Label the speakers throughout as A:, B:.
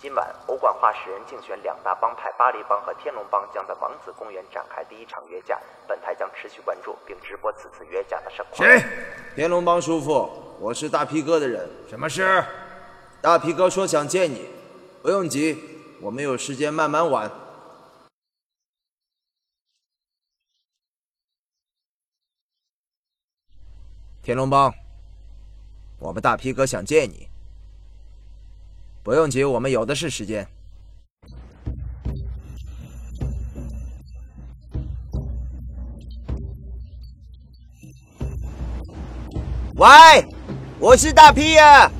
A: 今晚，欧冠化石人竞选两大帮派巴黎帮和天龙帮将在王子公园展开第一场约架。本台将持续关注并直播此次约架的盛况。
B: 谁？
C: 天龙帮叔父，我是大皮哥的人。
B: 什么事？
C: 大皮哥说想见你，不用急，我们有时间慢慢玩。天龙帮，我们大皮哥想见你，不用急，我们有的是时间。
D: 喂，我是大 P 呀、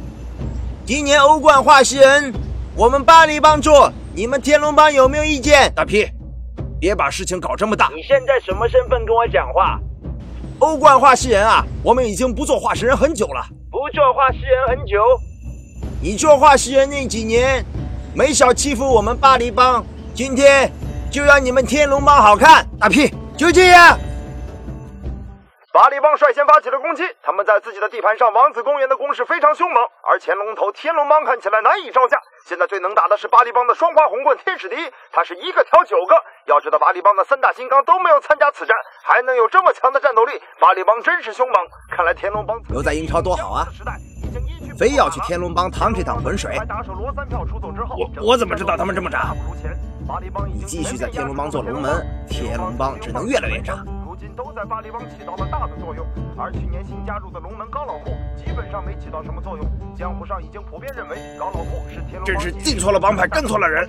D: 今年欧冠化石人，我们巴黎帮做，你们天龙帮有没有意见？
B: 大批，别把事情搞这么大。
D: 你现在什么身份跟我讲话？欧冠化石人啊，我们已经不做化石人很久了。不做化石人很久？你做化石人那几年，没少欺负我们巴黎帮，今天就让你们天龙帮好看。大 P，就这样。
E: 巴黎帮率先发起了攻击，他们在自己的地盘上，王子公园的攻势非常凶猛，而前龙头天龙帮看起来难以招架。现在最能打的是巴黎帮的双花红棍天使迪，他是一个挑九个。要知道巴黎帮的三大金刚都没有参加此战，还能有这么强的战斗力，巴黎帮真是凶猛。看来天龙帮
C: 留在英超多好啊！非要去天龙帮趟这趟浑水
B: 我我怎么知道他们这么渣？
C: 你继续在天龙帮做龙门天龙帮只能越来越渣。
E: 如今都在巴黎帮起到了大的作用，而去年新加入的龙门高老库基本上没起到什么作用。江湖上已经普遍认为高老库是天龙帮
B: 真是进错了帮派跟错了人。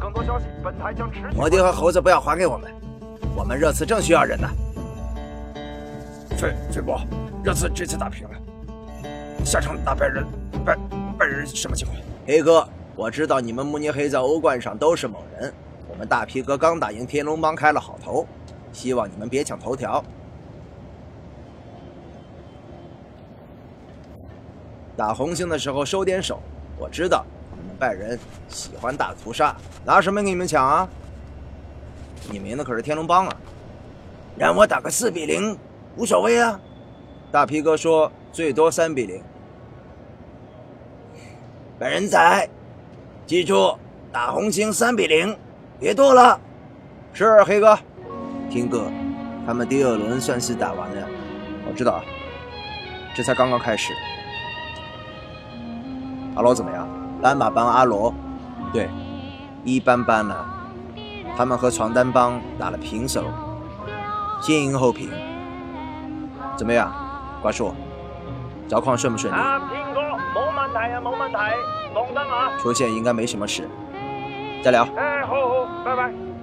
E: 更多消息，本台将持续。
C: 摩的和猴子不要还给我们，我们热刺正需要人呢。
B: 翠翠波，热刺这次打平了，下场打拜仁，拜拜仁什么情况？
C: 黑哥，我知道你们慕尼黑在欧冠上都是猛人，我们大皮哥刚打赢天龙帮开了好头，希望你们别抢头条。打红星的时候收点手，我知道你们拜仁喜欢大屠杀，拿什么给你们抢啊？你们赢的可是天龙帮啊！
D: 让我打个四比零，无所谓啊。
C: 大皮哥说最多三比零，
D: 本人仔，记住打红星三比零，别剁了。
C: 是黑哥，听哥，他们第二轮算是打完了，我知道，这才刚刚开始。阿罗怎么样？斑马帮阿罗，对，一般般了、他们和床单帮打了平手，先赢后平。怎么样，瓜叔？找矿顺不顺利？
F: 啊，苹果冇問題啊，冇問題，放心啊。哎
C: 出线应该没什麼事。再聊。
F: 誒，好好，拜拜。